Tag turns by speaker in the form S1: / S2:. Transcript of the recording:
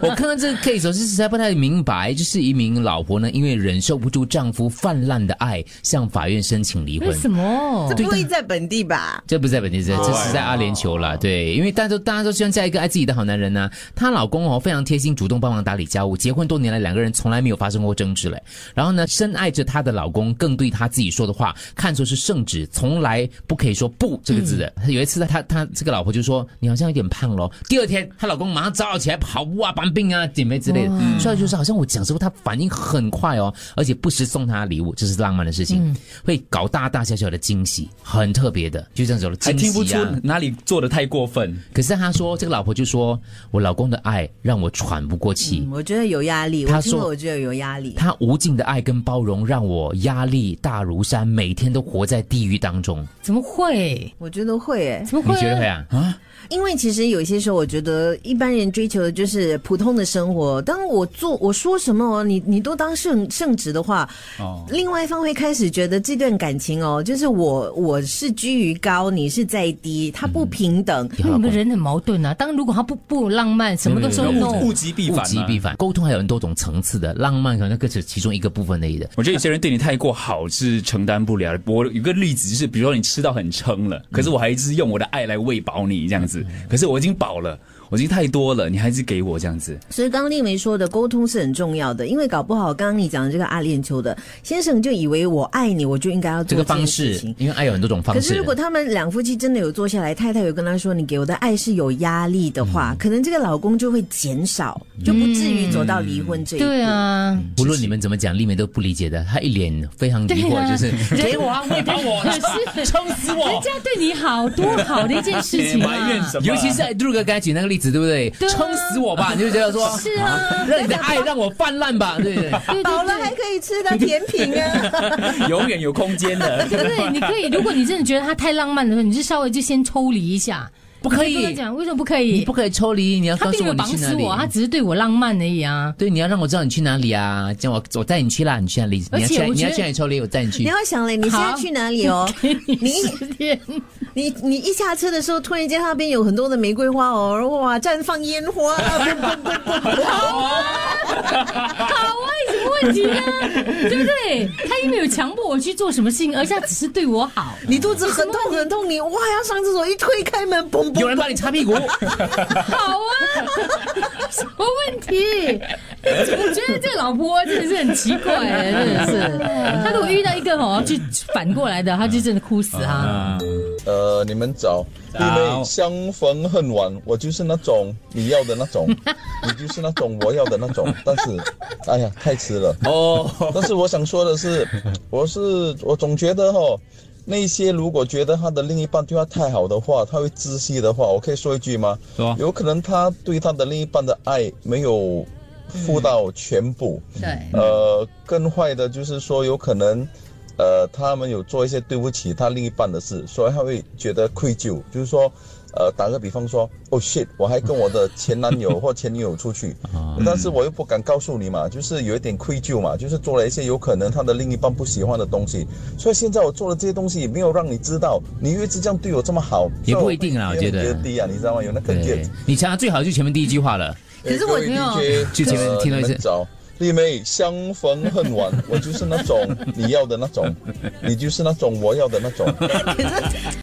S1: 我看到这个 case，我是实在不太明白，就是一名老婆呢，因为忍受不住丈夫泛滥的爱，向法院申请离婚
S2: 为。什么？
S3: 这不会在本地吧？
S1: 这不是在本地，这这是在阿联酋啦。对，因为大家都大家都希望嫁一个爱自己的好男人呐、她老公哦非常贴心，主动帮忙打理家务。结婚多年来，两个人从来没有发生过争执嘞。然后呢，深爱着她的老公，更对她自己说的话看作是圣旨，从来不可以说不这个字的。
S4: 嗯
S1: 有一次她，她她这个老婆就说：“你好像有点胖咯。”第二天，她老公马上早早起来跑步啊、搬病啊、减肥之类的。所以就是好像我讲之后，她反应很快哦，而且不时送她礼物，这是浪漫的事情，
S4: 嗯
S1: 会搞大大小小的惊喜，很特别的，就这样子有了
S4: 还
S1: 惊喜、啊、
S4: 听不出哪里做的太过分。
S1: 可是他说，这个老婆就说：“我老公的爱让我喘不过气，
S3: 嗯我觉得有压力，
S1: 他
S3: 我听
S1: 说
S3: 了我觉得有压力。
S1: 他无尽的爱跟包容让我压力大如山，每天都活在地狱当中。
S2: 怎么会？
S3: 我觉得会诶、
S2: 怎么
S1: 你
S2: 会？
S1: 觉得会啊？
S3: 因为其实有些时候，我觉得一般人追求的就是普通的生活。当我做我说什么哦，你你都当圣圣旨的话，
S4: 哦，
S3: 另外一方会开始觉得这段感情哦，就是我我是居于高，你是在低，它不平等。
S1: 你好
S2: 你
S1: 老公
S2: 们人很矛盾啊！当如果他不不浪漫，什么都说
S1: 没有没有
S2: no，
S1: 没有
S4: 物极必反、啊，
S1: 物极必反，沟通还有很多种层次的，浪漫可能各是其中一个部分而已的。
S4: 我觉得有些人对你太过好是承担不 了的。我有个例子就是，比如说你吃到很撑了，可是我还一直用我的爱来喂饱你这样子，可是我已经饱了，我已经太多了，你还是给我这样子。
S3: 所以刚刚丽梅说的沟通是很重要的，因为搞不好刚刚你讲的这个阿联酋的先生就以为我爱你，我就应该要
S1: 这
S3: 做
S1: 个
S3: 件
S1: 方
S3: 事
S1: 式
S3: 情，。
S1: 因为爱有很多种方
S3: 可
S1: 式
S3: 是，如果他们两夫妻真的有坐下来，太太有跟他说：“你给我的爱是有压力的
S1: 嗯
S3: 话，可能这个老公就会减少，就不至于走到离婚这一步。
S2: 对啊，
S1: 无论你们怎么讲，丽梅都不理解的。她一脸非常嗯 疑惑，就是
S2: 给我啊， 喂饱我，啊 可是撑死我！人家对你好多好的一件事情啊，
S4: 么
S1: 尤其是杜哥刚才举那个例子，对不对？
S2: 对啊
S1: 撑死我吧，你就觉得说，
S2: 是啊，
S1: 让你的爱让我泛滥 吧，对不对？
S2: 对
S3: 饱
S2: 对
S3: 了
S2: 对
S3: 还。可以吃到甜 品啊！
S4: 永远有空间的。
S2: 对，你可以，如果你真的觉得他太浪漫的时候，你就稍微就先抽离一下。
S1: 不可以
S2: 你不能讲为什么不可
S1: 你
S2: 以
S1: 不？可以抽离，你要
S2: 他
S1: 告
S2: 并
S1: 诉
S2: 没
S1: 我
S2: 有
S1: 你
S2: 绑
S1: 去
S2: 死
S1: 哪里。
S2: 我，他只是对我浪漫而已啊。
S1: 对，你要让我知道你去哪里啊，这样我我带你去啦，你去哪里？
S2: 而
S1: 你要
S2: 且
S1: 去哪
S2: 我
S1: 你
S2: 觉
S1: 要
S2: 得
S1: 去哪里抽离，我带你
S3: 你
S1: 去。
S3: 要想嘞，你现在
S2: 好
S3: 去哪里哦？你一
S2: 天，
S3: 你你一下车的时候，突然间那边有很多的玫瑰花哦，哇，绽放烟花，啊 砰砰砰砰
S2: 好啊， 有什么问题呢？对不对？他又没有强迫我去做什么事情，而且他只是对我好。
S3: 你肚子很痛很痛，你哇要上厕所，一推开门，砰
S1: 有
S3: 砰，
S1: 人帮你擦屁股，
S2: 好啊，什么问题？我觉得这个老婆真的是很奇怪、啊真的是。他如果遇到一个哦，就反过来的，他就真的哭死啊！
S5: 呃，你们早，因为相逢恨晚，我就是那种你要的那 种，你就是那种我要的那种，但是，哎呀，太迟了。
S4: 哦，
S5: 但是我想说的是，我是我总觉得哦，那些如果觉得他的另一半对他太好的话，他会窒息的话，我可以说一句吗？
S4: 说
S5: 有可能他对他的另一半的爱没有付到全部。
S2: 对，
S1: 嗯
S5: 呃，更坏的就是说，有可能，呃，他们有做一些对不起他另一半的事，所以他会觉得愧疚，就是说，呃，打个比方说，哦 shit，我还跟我的前男 友或前女友出去，
S1: 啊
S5: 但是我又不敢告诉你嘛，就是有一点愧疚嘛，就是做了一些有可能他的另一半不喜欢的东西，所以现在我做了这些东西也没有让你知道，你又一直这样对我这么好，
S1: 也不
S5: 所以
S1: 一定啦
S5: 我
S1: 我觉得
S5: 低啊，你知道吗？有那个
S1: 对
S5: guilt，
S1: 你常常最好就前面第一句话了。
S3: 可是我哦
S5: 觉
S3: 没有
S5: 得
S1: 去前面听到一次
S5: 早，丽妹相逢恨晚，我就是那种你要的那种，你就是那种我要的那种。
S3: 可是